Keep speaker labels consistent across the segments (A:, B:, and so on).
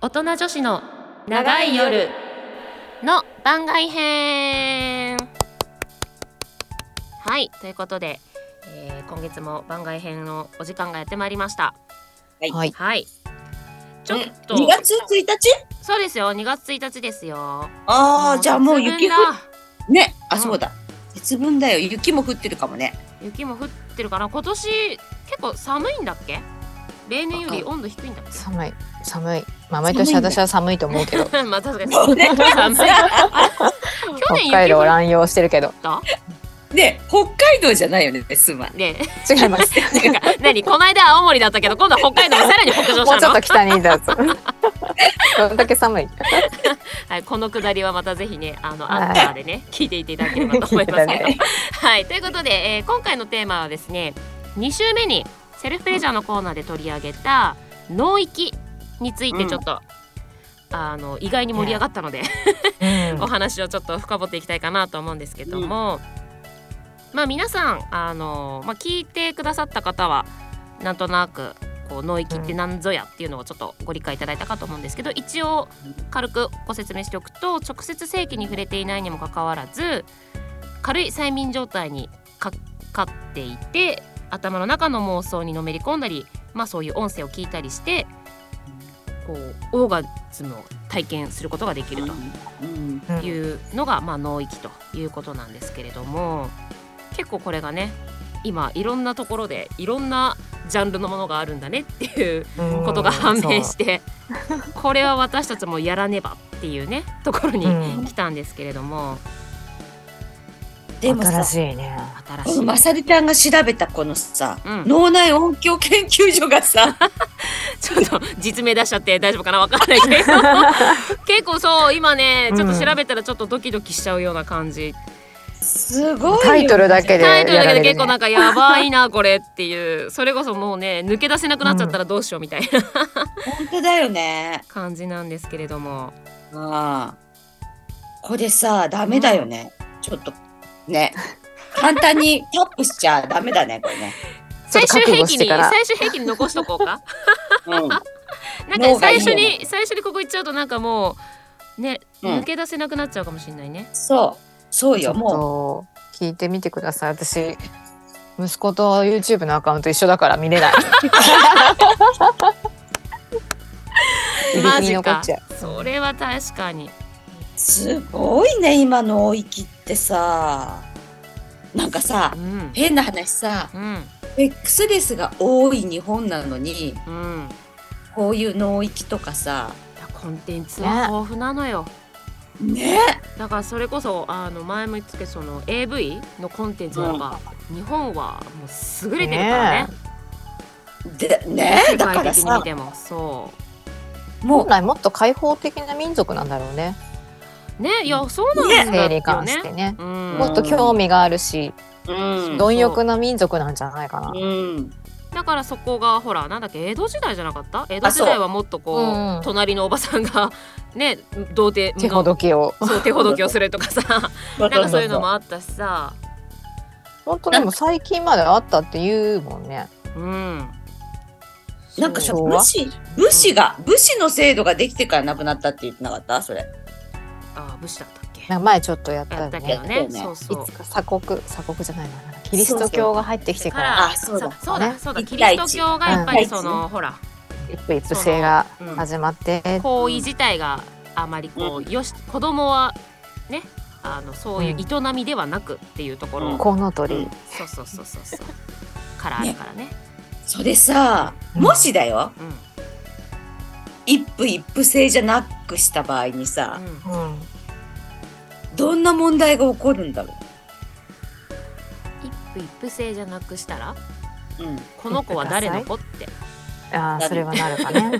A: 大人女子の長い夜の番外編はいということで、えー今月も番外編のお時間がやってまいりました
B: はい。
A: はいちょっと
B: 2月1日
A: そうですよ2月1日ですよ
B: ああ、じゃあもう
A: 節分
B: 雪降
A: だ
B: っね。あ、
A: うん
B: そうだ。節分だよ。雪も降ってるかもね。
A: 雪も降ってるかな今年結構寒いんだっけ例年より温度低いんだっ
C: 寒い寒いまあ
B: 寒い
C: 毎
B: んだ
C: 年私は寒いと思う けど去
A: け まあ確かに
B: そうね
A: 寒い去年
C: 北
A: 雪降
C: 海道を
A: っ
C: 乱用してるけど
A: た
B: ね、北海道じゃないよね、すまん。
A: ね
C: 違いま す
A: なんか何この間青森だったけど今度は北海道にさらに北上
C: もう
A: し
C: ち
A: た
C: ょ
A: の
C: っと北にいたやつ どんだけ寒い
A: はい、このくだりはまたぜひねあの
C: はい
A: アンカーでね、聞いていただければと思いますけど。
C: 聞いて
A: はいということで、えー今回のテーマはですね2週目にセルフプレジャーのコーナーで取り上げた「脳域」についてちょっと、あの意外に盛り上がったので、お話をちょっと深掘っていきたいかなと思うんですけども、まあ皆さんあの、まあ、聞いてくださった方はなんとなくこう脳域って何ぞやっていうのをちょっとご理解いただいたかと思うんですけど一応軽くご説明しておくと直接性器に触れていないにもかかわらず軽い催眠状態にかかっていて頭の中の妄想にのめり込んだり、まあ、そういう音声を聞いたりしてこうオーガズムを体験することができると。
B: うん。
C: うん
A: いうのが、まあ、脳域ということなんですけれども結構これがね今いろんなところでいろんなジャンルのものがあるんだねっていう
C: うん
A: ことが判明
C: そ
A: して、これは私たちもやらねばっていうねところに
C: うん
A: 来たんですけれども、
B: で
C: う
B: も
C: 新
B: さ
C: し、いね
A: 新し
B: この
A: い。
B: まさりちゃんが調べたこのさ、
A: うん、
B: 脳内音響研究所が さ、
A: ちょっと実名出しちゃって大丈夫かなわかんない けど結構そう今ねちょっと調べたらちょっとドキドキしちゃうような感じ
B: すごいよ。
C: タイトルだけで
A: タイトルだけで
C: やられるね
A: 結構なんかやばいなこれっていうそれこそもうね抜け出せなくなっちゃったらどうしようみたいな
B: 本当だよね。
A: 感じなんですけれども
B: ああ。これさ、ダメだよね。ちょっと、ね。簡単にタップしちゃダメだね、これね。
C: ち
A: 最
C: ょっと
A: 終
C: 覚
A: 兵
C: 悟
A: 器
C: して
A: に
C: から
A: 最終兵器に残しとこうか
B: うん。
A: なん
B: 脳
A: か
B: がい
A: 最
B: いよね
A: 初に最初にここ行っちゃうとなんかもうね
B: うん
A: 抜け出せなくなっちゃうかもしれないね、
B: そう。そう
C: ちょ
B: よ、
C: っ
B: もう。
C: と聞いてみてください私息子と YouTube のアカウント一緒だから見れないギ リ
A: マ
C: ギリ
A: ジ
C: 残っ
A: か
C: ちゃう
A: それは確かに
B: すごいね今の大域ってさなんかさ
A: うん
B: 変な話さ
A: うん
B: セックスレスが多い日本なのに
A: うん
B: こういう脳域とかさ
A: いやコンテンツは豊富なのよ、
B: ね
A: だからそれこそあの前も言ってたけどその AV のコンテンツなんか、日本はもう優れてるからね
C: ね
B: でね
A: 世
B: だか
A: 界
B: ら
A: 的に見
B: さ
A: てもそ
B: もう
C: 本来もっと開放的な民族なんだろうね
A: うねいやそうなんです
C: 生
A: よね
C: 理関してね
A: うん
C: もっと興味があるし、
B: うん
C: 貪欲な民族なんじゃないかな。
B: うん
A: だからそこがほらなんだっけ江戸時代じゃなかった江戸
B: あ
A: 時
B: そう
A: 代はもっとこう、
C: うんうん
A: 隣のおばさんがね童貞
C: 手ほどきを。
A: そう手ほどきをするとかさなんかそういうのもあったしさ
C: 本当でも最近まであったって言うもんね。
A: うん
B: なんかさ
C: 昭
B: 武
C: 和
B: 士武士が武士の制度ができてからなくなったって言ってなかったそれ
A: あ武士だったっけ
C: なんか前ちょっとやった
A: や
C: よ
A: った
C: ね。
A: けどね
B: やった
A: そ
B: よね
A: う
C: い
A: そう
C: つか鎖国鎖国じゃないのかな。キリスト教が入ってきてから
B: あそうだ
A: さそうだ
C: ね
A: そうだキ
B: 一
A: リ
B: 対
A: ス
B: 一
A: ト教がやっぱり
B: うん
A: その、ほら
C: 一夫一夫制が
A: うん
C: 始まって。
A: 行為自体があまりこう、よし子供はねあのそういう営みではなくっていうところ、
B: うん
C: コウノトリ。
A: そうそうそうそうそうからあるからね
B: それさ
C: うん
B: もしだよ
A: うん
B: 一夫一夫制じゃなくした場合にさ
A: うん
C: うん
B: どんな問題が起こるんだろ
A: 一夫一夫制じゃなくしたら
B: ううん
A: この子は誰の子って
C: ああそれはなるか ね。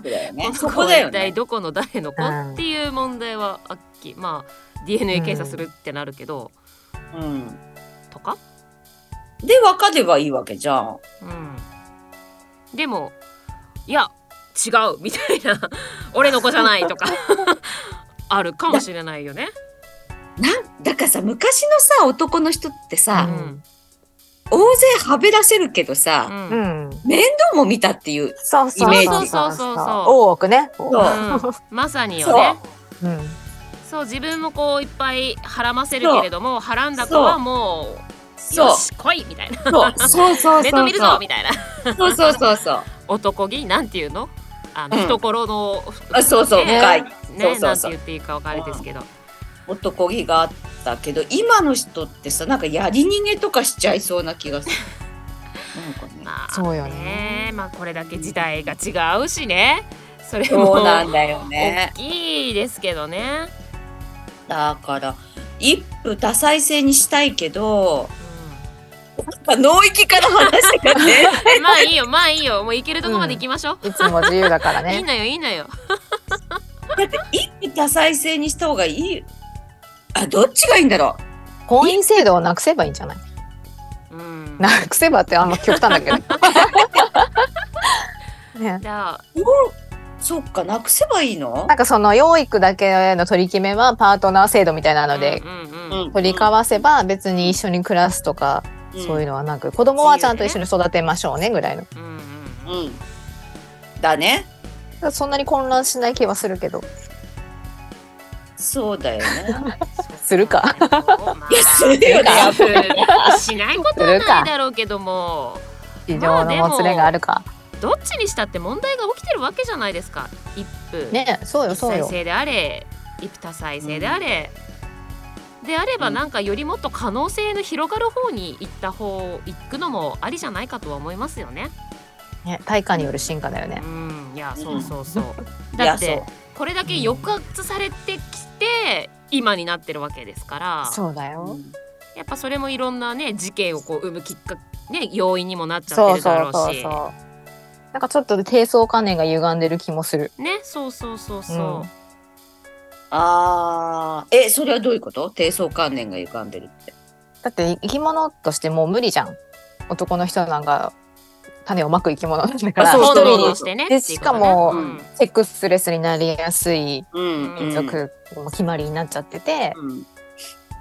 A: この
B: そ
A: 子
B: こ
A: は
B: だよ
A: 一
B: ね
A: 体。どこの誰の子
C: うん
A: っていう問題はあっきまあ DNA 検査するってなるけど、
B: うん、
A: とか、
B: で別ればいいわけじゃん。
A: うん、でもいや違うみたいな 俺の子じゃないとか あるかもしれないよね。
B: なんだからさ昔のさ男の人って
C: う
B: さ、
C: ん
B: 大勢はべらせるけどさ、
A: ん
C: うん。
B: 面倒も見たっていう。
C: そうそう
B: イメ
C: そ
B: ー
C: う
B: ジ
C: そう
A: そ
C: そ
A: そう
C: うう
A: そう。
C: 大奥ね。
B: そう
A: うんまさによね
C: うん。
A: そう自分もこういっぱいはらませるけれどもはらんだ子はもう
B: そう
A: よし来いみたいな
B: そうそ うそうそう
A: 目
B: そ
A: と
B: う
A: 見るぞみたいな
B: そうそうそうそう
A: 男気なんていうのあの
B: うん
A: 懐の
B: あそうそう
A: ね
B: 深いそ
A: ね
B: うそ
A: な
B: うん
A: て
B: そう
A: 言っていいかわかれですけど
B: 男気があったけど今の人ってさなんかやり逃げとかしちゃいそうな気がする。なんかね。
A: まあ
C: そうよね
A: まあこれだけ時代が違うしねそれも
B: そうな
A: 大
B: んだよね。
A: きいですけどね
B: だから一夫多妻制にしたいけど、なんか農域から話してからね。
A: うんまあいいよまあいいよもう行けるとこまで行きましょう
C: いつも自由だから
A: いい
C: ね。
A: のよいいのよ
B: だって一夫多妻制にした方がいい。あどっちがいいんだろ
C: 婚姻制度をなくせばいいんじゃない？
A: うん
C: なくせばってあんま極端だ けど。ね。
A: じゃあ
B: う。そっかなくせばいいの
C: な。んかその養育だけの取り決めはパートナー制度みたいなので
A: うんうんうん
B: うん
C: 取り交わせば別に一緒に暮らすとかそういうのはなく子供はちゃんと一緒に育てましょうねぐらいの
A: うんうん
B: うん。だね。
C: そんなに混乱しない気はするけど
B: そうだよね。
C: するか
A: い
B: いやするよねやっぱ
A: しないことはないだろうけども
C: 異常のもつれがあるか
A: どっちにしたって問題が起きてるわけじゃないですか一夫
C: ねそうよ
A: 一
C: そう
A: 妻
C: よ
A: 制であれ一夫多妻制であれ、であれば
B: うん
A: なんかよりもっと可能性の広がる方に行った方行くのもありじゃないかとは思いますよね。
C: ね対価による進化だよね
A: うん、いや
B: うん
A: そうそうそう。
B: い
A: だ
B: や
A: っ
B: そう
A: てこれだけ抑圧されてきて今になってるわけですから
C: そうだよ
B: う
A: やっぱそれもいろんなね事件をこう生むきっかね要因にもなっちゃっ
C: そ
A: て
C: う
A: るだ
C: そ
A: ろ
C: う
A: う
C: そう
A: し
C: そうなんかちょっと低層観念が歪んでる気もする
A: ねそうそうそうそう。
C: うん
B: ああ、え、それはどういうこと低層観念が歪んでるって。
C: だって生き物としてもう無理じゃん男の人なんか種をまく生き物なんだから
B: あそう
C: 一
A: 本能
C: 人
A: と
C: に
A: してね
C: で
A: っていうことね
C: しかも
A: うん
C: セックスレスになりやすい
B: うん
A: うん
C: 民族も決まりになっちゃってて、
B: うん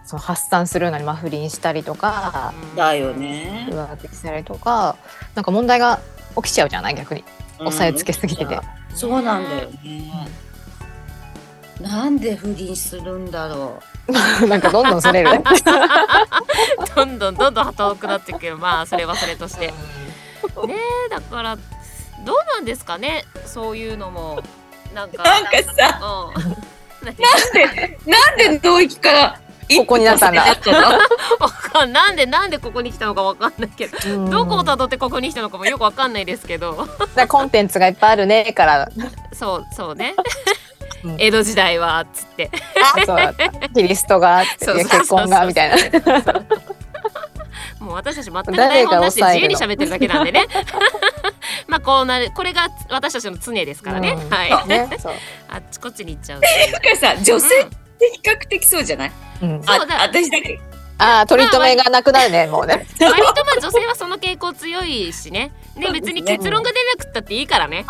C: その発散するのにまあ不倫したりとか
B: だよね。
C: 浮気したりとかなんか問題が起きちゃうじゃない逆に抑えつけすぎてて、
B: そうなんだよね。なんで不倫するんだろ
C: なんかどんどんそれ る
A: どんどんどんどん遠くなってくるまあそれはそれとしてねだからどうなんですかねそういうのもなんか
B: う。なんかさ、
A: うん何
B: なんで同域から一歩
C: ここになったんだ
B: 先になっちゃった
A: わかんなんでなんでここに来たのかわかんないけど
C: うん
A: どこをたどってここに来たのかもよくわかんないですけど
C: だからコンテンツがいっぱいあるね から
A: そうそうね
C: うん
A: 江戸時代はっつって
C: そうだったキリストが
A: そうそうそうそう
C: 結婚がみたいな
A: もう私たち全く台本なしで自由に喋ってるだけなんでね まあこうなるこれが私たちの常ですからね、
C: うん
A: はい
C: ねそう、
A: あっちこっちに行っちゃう
B: なんかさ、女性って比較的そうじゃない
C: うん
B: あ
A: そうだ、
B: 私だけ。
C: ああ取り留めがなくなるねもうね
A: 割とまあ女性はその傾向強いしねね
B: そうです
A: 別
B: ね
A: に結論が出なくったっていいからね。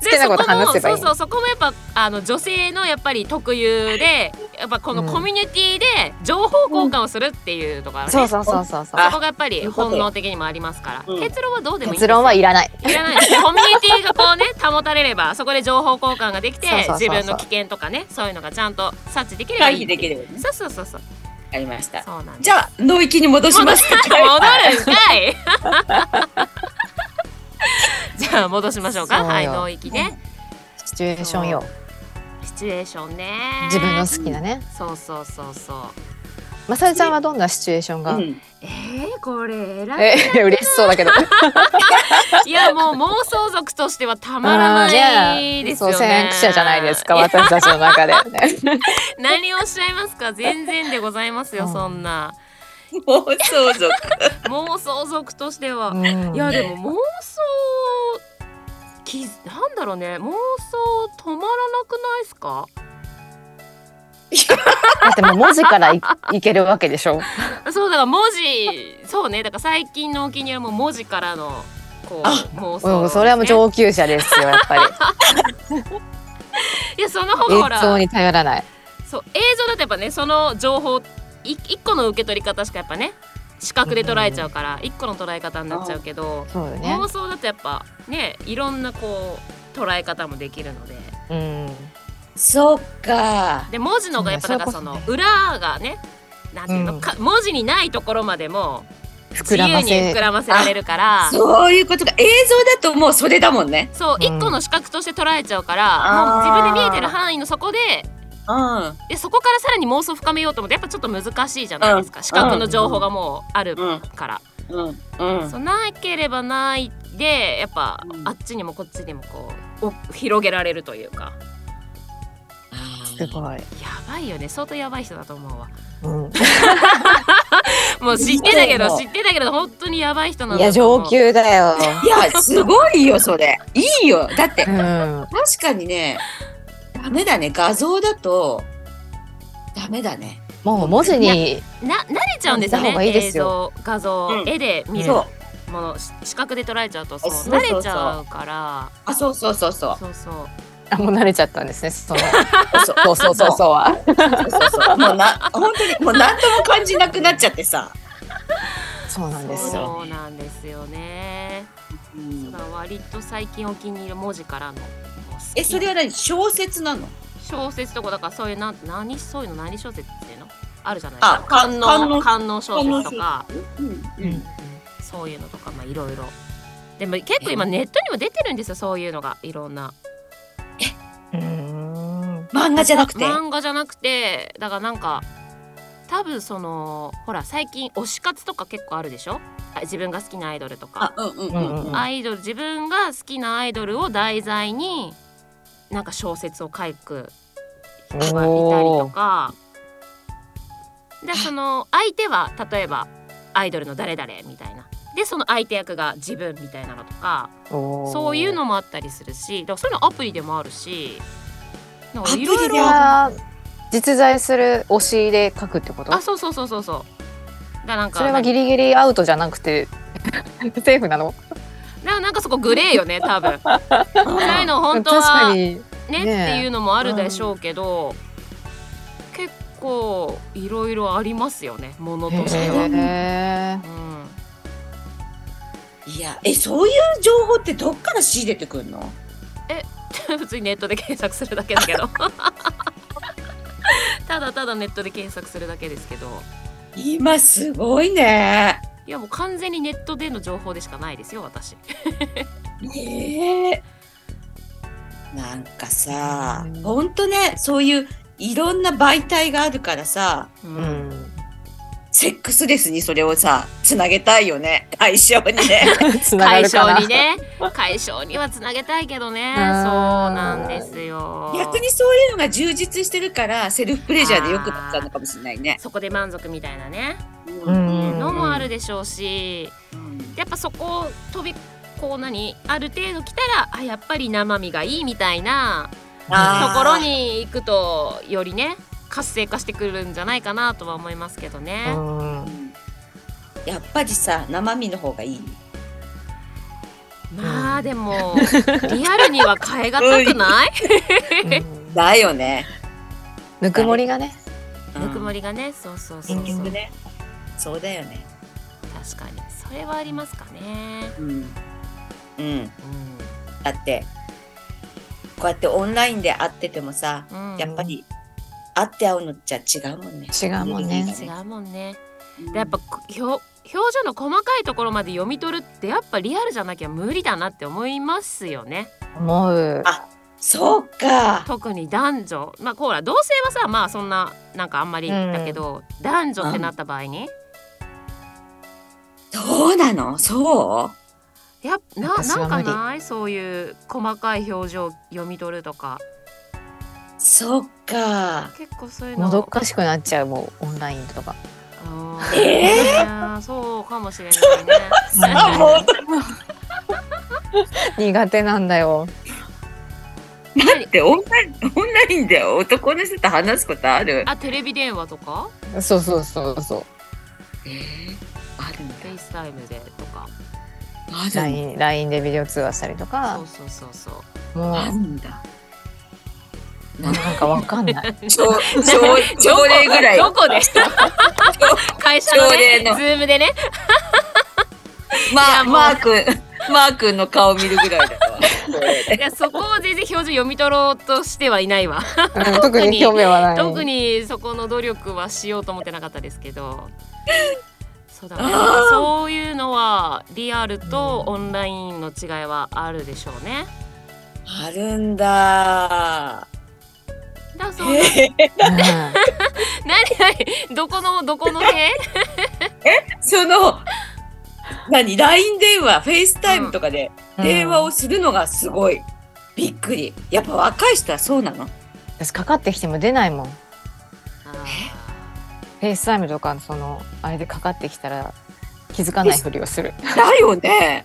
C: 好きなこと話せばいい
A: そこもそうそうそこもやっぱあの女性のやっぱり特有でやっぱこの
C: うん
A: コミュニティで情報交換をするっていうところ、ね
C: そうそうそうそうそう
A: そこがやっぱり本能的にもありますから、
B: うん
A: 結論はどうでもいいんです
C: 結
A: よ
C: 論はいらない
A: いらないですコミュニティがこうね保たれればそこで情報交換ができて
C: そうそうそうそう
A: 自分の危険とかねそういうのがちゃんと察知できれば
B: 回
A: いいっ
B: 避
A: てい
B: で
A: う
B: きるよね。
A: そうそうそうそう
B: ありました。
A: そうなんです
B: じゃあ、脳域に戻します。
A: 戻るんか いじゃあ戻しましょうか
C: そうよ
A: はい脳域ね
C: シチュエーションよ
A: シチュエーションね
C: 自分の好きなね
A: そうそうそうそう
C: まさるちゃんはどんなシチュエーションが、
B: うん
A: えー、これ偉い
C: え 嬉しそうだけど
A: いやもう妄想族としてはたまらないですよ
C: そう先
A: ね
C: 駆者じゃないですか私たちの中で、
A: 何をおっしゃいますか全然でございますよ
C: うん
A: そんな
B: 妄想族。
A: 妄想族としては
C: うん
A: いやでも妄想きなんだろうね妄想止まらなくないですか
C: だってもう文字からいいけるわけでしょ
A: そうだから文字そうねだから最近のお気に入りはもう文字からのこう
B: あ
A: 妄
C: う
A: 想、
C: んそれはもう上級者ですよやっぱり
A: いやその方がほら
C: 映像に頼らない
A: そう映像だとやっぱねその情報い一個の受け取り方しかやっぱね視覚で捉えちゃうから一個の捉え方になっちゃうけど、
C: そうだね
A: 放送だとやっぱねいろんなこう捉え方もできるので
C: うん
B: そっか。
A: で文字の方がやっぱ
C: そう
A: だ
C: だ
A: からそ
C: それ
A: の
C: こそ
A: 裏がねなんていうの、
C: うん
A: か文字にないところまでも自
C: 膨ら
A: 由
C: ま
A: に
C: せ
A: 膨らませられるから
B: そういうことか。映像だともうそれだもんね。
A: そう
C: うん
A: 一個の視覚として捉えちゃうから、もう
B: あー
A: 自分で見えてる範囲のそこで
B: うん。
A: でそこからさらに妄想深めようと思ってやっぱちょっと難しいじゃないですか、視覚の情報がもうある
B: うん
A: から、
B: うん。うん。
A: そうなければないでやっぱ、
B: うん
A: あっちにもこっちにもこうお広げられるというか
C: すごい、
A: やばいよね相当やばい人だと思うわ
C: うん、
A: もう知ってたけ
B: いいと
A: ど
B: 思
A: 知ってたけど本当にやばい人なん
C: い
A: だ
C: や
A: と思
C: 上
A: う
C: 級だよ、
B: いや、すごいよ、それ。いいよ。だって
C: う、ん、
B: 確かにね、ダメだね。画像だと、ダメだね。
C: もう文字に
A: な慣れちゃうんですよ
C: 見た
A: ね
C: 方がいいです
A: 映像画像、
B: うん
A: 絵で見る
B: そう。
A: ものし視覚で捉えちゃうとそう
B: そうそうそう
A: 慣れちゃうから
B: あ、そうそうそうそう。
A: そうそう
C: あもう慣れちゃったん ですねその
B: そう
C: そうそうそうそうは
B: そうそうそう もうな、本当に、もう何とも感じなくなっちゃってさ。
C: そうなんですよ
A: そうなんですよね、
B: うん
A: だから割と最近お気に入り文字からのもう好き
B: え、それは何小説なの
A: 小説とかだからそういうなん何そういうの何小説っていうのあるじゃないです
B: あ
A: か
B: か
A: 観
B: 官
A: 能
B: 能
A: 観能小説とか
B: うん。
C: うん
A: そういうのとかまあいろいろでも結構今ネットにも出てるんですよそういうのがいろんな
C: うん
B: 漫画じゃなくて。
A: 漫画じゃなくてだからなんか多分そのほら最近推し活とか結構あるでしょあ自分が好きなアイドルと
B: あ
A: か、
B: うんうんうんうん。
A: アイドル自分が好きなアイドルを題材になんか小説を書く人がいたりとかでその相手は例えばアイドルの誰々みたいなでその相手役が自分みたいなのとかそういうのもあったりするしだからそういうのアプリでもあるしなんかいろい
B: アプリ
A: ろ
B: で
C: が実在する推しで書くってこと
A: あそうそうそうそうそうだなんか
C: それはギリギリアウトじゃなくて セーフなの
A: ななんかそこグレーよね多 分そういうの本当
C: 確か
A: はね
C: にねえ
A: っていうのもあるでしょうけど、結構いろいろありますよねものとしては、
C: へ
A: うん、
B: いや、え、そういう情報ってどっから仕入れてくんの
A: 普通にネットで検索するだけだけど ただただネットで検索するだけですけど
B: 今すごいね。
A: いやもう完全にネットでの情報でしかないですよ私
B: ねえなんかさ
C: うん、
B: ほんとね、そういういろんな媒体があるからさ、
A: う
C: ーうん
B: セックスレスにそれをさ、つなげたいよね。解消にね。
C: つなが
A: 解
C: るか
A: 消
C: な
A: にね解消にはつなげたいけどね
C: う
A: そうんなんですよ
B: 逆にそういうのが充実してるから、セルフプレジャーでよくなっちゃうのかもしれないね。
A: そこで満足みたいなね
B: う
C: うん
A: のもあるでしょうし
B: うん
A: やっぱそこを飛びこう何ある程度来たらあやっぱり生身がいいみたいなと
B: あー
A: ころに行くとよりね活性化してくるんじゃないかなとは思いますけどね。
C: うん
B: やっぱりさ、生身の方がいい。
A: まあでもリアルには変えがたく ない
C: うん
B: だよね。
C: ぬくもりがね
A: ぬくもりがねそうそうそう
B: 結
A: そう
B: 局ね。そうだよね。
A: 確かにそれはありますかね。
B: うん。
A: う
B: うん。
A: ん
B: だって、こうやってオンラインで会っててもさ、
A: うん、
B: やっぱり会って会うのじゃ違うもんね。
C: 違うもんね
A: 違うもんね。
B: うん
A: でやっぱこ表表情の細かいところまで読み取るってやっぱリアルじゃなきゃ無理だなって思いますよね。
C: 思う
B: あそうか。
A: 特に男女まあこうら同性はさまあそんななんかあんまりだけど、男女ってなった場合に
B: そうなのそう
A: やっな
C: やっぱそれ
A: な
C: は
A: ん
C: 無
A: か
C: 理
A: ないそういう細かい表情読み取るとか
B: そっか。
A: 結構そういうの
C: もどかしくなっちゃうもうオンラインとか
A: うん
B: え
A: いやーそうかもしれないね。
B: あ もう
C: 苦手なんだよ
B: だってオンラインオンラインで男の人と話すことある
A: あテレビ電話とか
C: そうそうそうそう
B: えーあるんだ
A: フェイスタイムでとか
B: あるんだ
C: LINE, LINE でビデオ通話したりとか
A: そうそうそうそう
C: も
B: あるんだ。
C: なんかわかんない。
B: 朝朝朝礼ぐらい
A: どこで会社の,、
B: 朝礼
A: ね、
B: の
A: ズームでね
B: ま
A: や
B: あ
A: もう
B: マー君マー君の顔見るぐらいだわ朝礼で
A: いやそこを全然標準読み取ろうとしてはいないわ
C: うん特に興味はない。
A: 特にそこの努力はしようと思ってなかったですけ どそうだね
B: あー
A: そういうのはリアルとオンラインの違いはあるでしょうね
B: あるんだ
A: だからそう、
B: へえ
C: う
A: 何何どこのどこの辺
B: その何 LINE 電話フェイスタイムとかで
C: ん
B: 電話をするのがすごいびっくりやっぱ若い人はそうなの
C: 私かかってきても出ないもん。フ
A: あー
C: ェイスタイムとかそのあれでかかってきたら気づかないふりをする。
B: だよね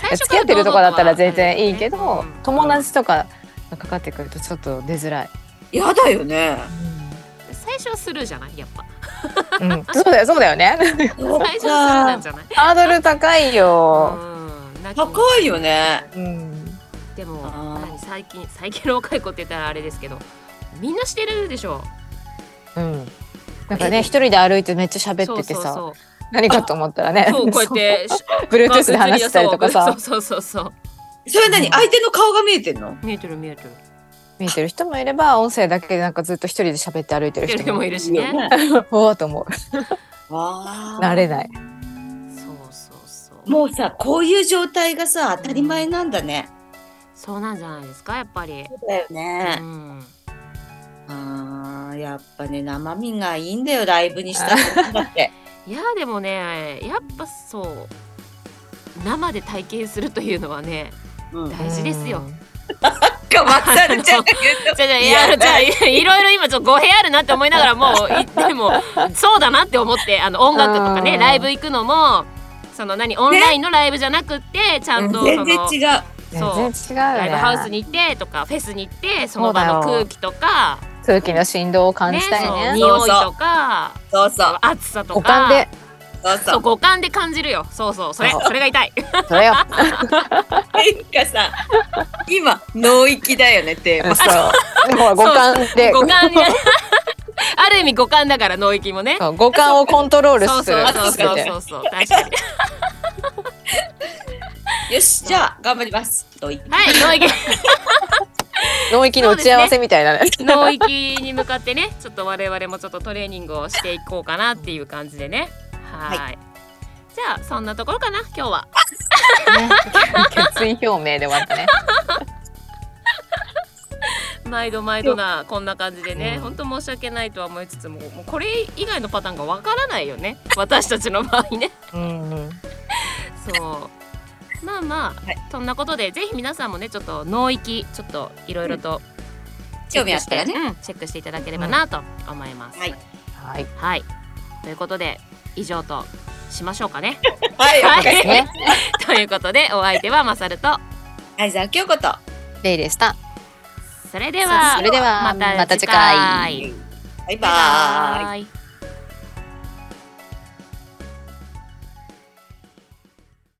A: 最初か
C: 付き合
A: ら
C: ってるとこだったら全然いい
A: どう
C: け
A: ぞは
C: ど、友達とかがかかってくるとちょっと出づらい。
B: やだよね
A: うん最初はするじゃないやっぱ
C: うん、そうだよそうだよね。
A: 最初はするなんじゃない
C: ハードル高いよ。
A: うんなんかもう
B: 高いよね
C: うん。
A: でも
B: あー
A: 何最近最近の若い子って言ったらあれですけどみんなしてるでしょ
C: うん。なんかね一人で歩いてめっちゃ喋っててさ
A: そう
C: 何かと思ったらね
A: そうそうそうこうやっ て
C: Bluetooth で話したりとかさ
A: そうそうそうそう
B: それ何
C: うん
B: 相手の顔が見えてんの
A: 見えてる見えてる
C: 見てる人もいれば音声だけでなんかずっと 一人で喋って歩いてる
A: 見てる
C: 人
A: 人
C: も
A: もいるしね
C: おおと思
B: わ
C: う
B: あ
C: 慣れない
A: そうそうそう
B: もうさこういう状態がさ当たり前なんだね。
A: そうなんじゃないですかやっぱり、
B: そうだよ
A: う
B: ね。
A: ん、
B: あーやっぱね生身がいいんだよライブにしたって だって。
A: いやでもねやっぱそう生で体験するというのはね
B: うん
A: 大事ですよ
B: かまされちゃうけど。
A: じゃあじゃあい
B: いや
A: やじゃあいいろいろ今ちょっと語弊あるなって思いながら もういでもそうだなって思ってあの音楽とか
C: う
A: ね
C: ん
A: ライブ行くのもその何オンラインのライブじゃなくってちゃんとそ
B: 全然
A: の
B: 違う。
C: 全
A: そう
C: 然違うよ
A: ライ
C: ね
A: ブハウスに行ってとかフェスに行ってその場の
C: そうだよ
A: 空気とか、
C: 空気の振動を感
A: ね
C: じたいね
A: そう匂いとか
B: そうそう
A: 暑さとか
C: 五感で
B: そう
A: そ
B: そう
A: 五感で感じるよそうそうそれ
C: そう
A: それが痛い
C: それよ
B: う。てかさ今脳域だよねテーマ。
C: そうほら五感で
A: 五感である意味五感だから脳域もね
C: そう五感をコントロール
A: そう
C: す
A: そう
C: る
A: そう
C: 全
A: そう
C: て
A: そうそう確かに
B: よしじゃあ頑張ります。脳域。
A: はい脳 域
C: 脳域の打ち合わせみたいなね
A: 脳域に向かってねちょっと我々もちょっとトレーニングをしていこうかなっていう感じでねはい
B: は
A: じゃあそんなところかな今日は
C: 決意表明で終わったね
A: 毎度毎度なこんな感じでね、
C: うん
A: ほんと申し訳ないとは思いつつももうこれ以外のパターンがわからないよね私たちの場合ね
C: うんうん
A: そうまあまあ、
B: はい
A: そんなことでぜひ皆さんもねちょっと脳域ちょっといろいろとチェ
B: 興
A: ッ
B: 味あ
A: ク
B: っ
A: したて、
B: らね。
A: うんチェックしていただければなと思います、
B: はい
C: はい
A: はいということで以上としましょうかね
B: はい。
A: は
B: はいい。
C: ね
A: ということでお相手はマサルと
B: はいじゃあ今日こと。
C: レイでした
A: それでは
C: それでは
A: また
C: また
A: 次
C: 次
A: 回
C: 回
B: バイバーイ。
A: イ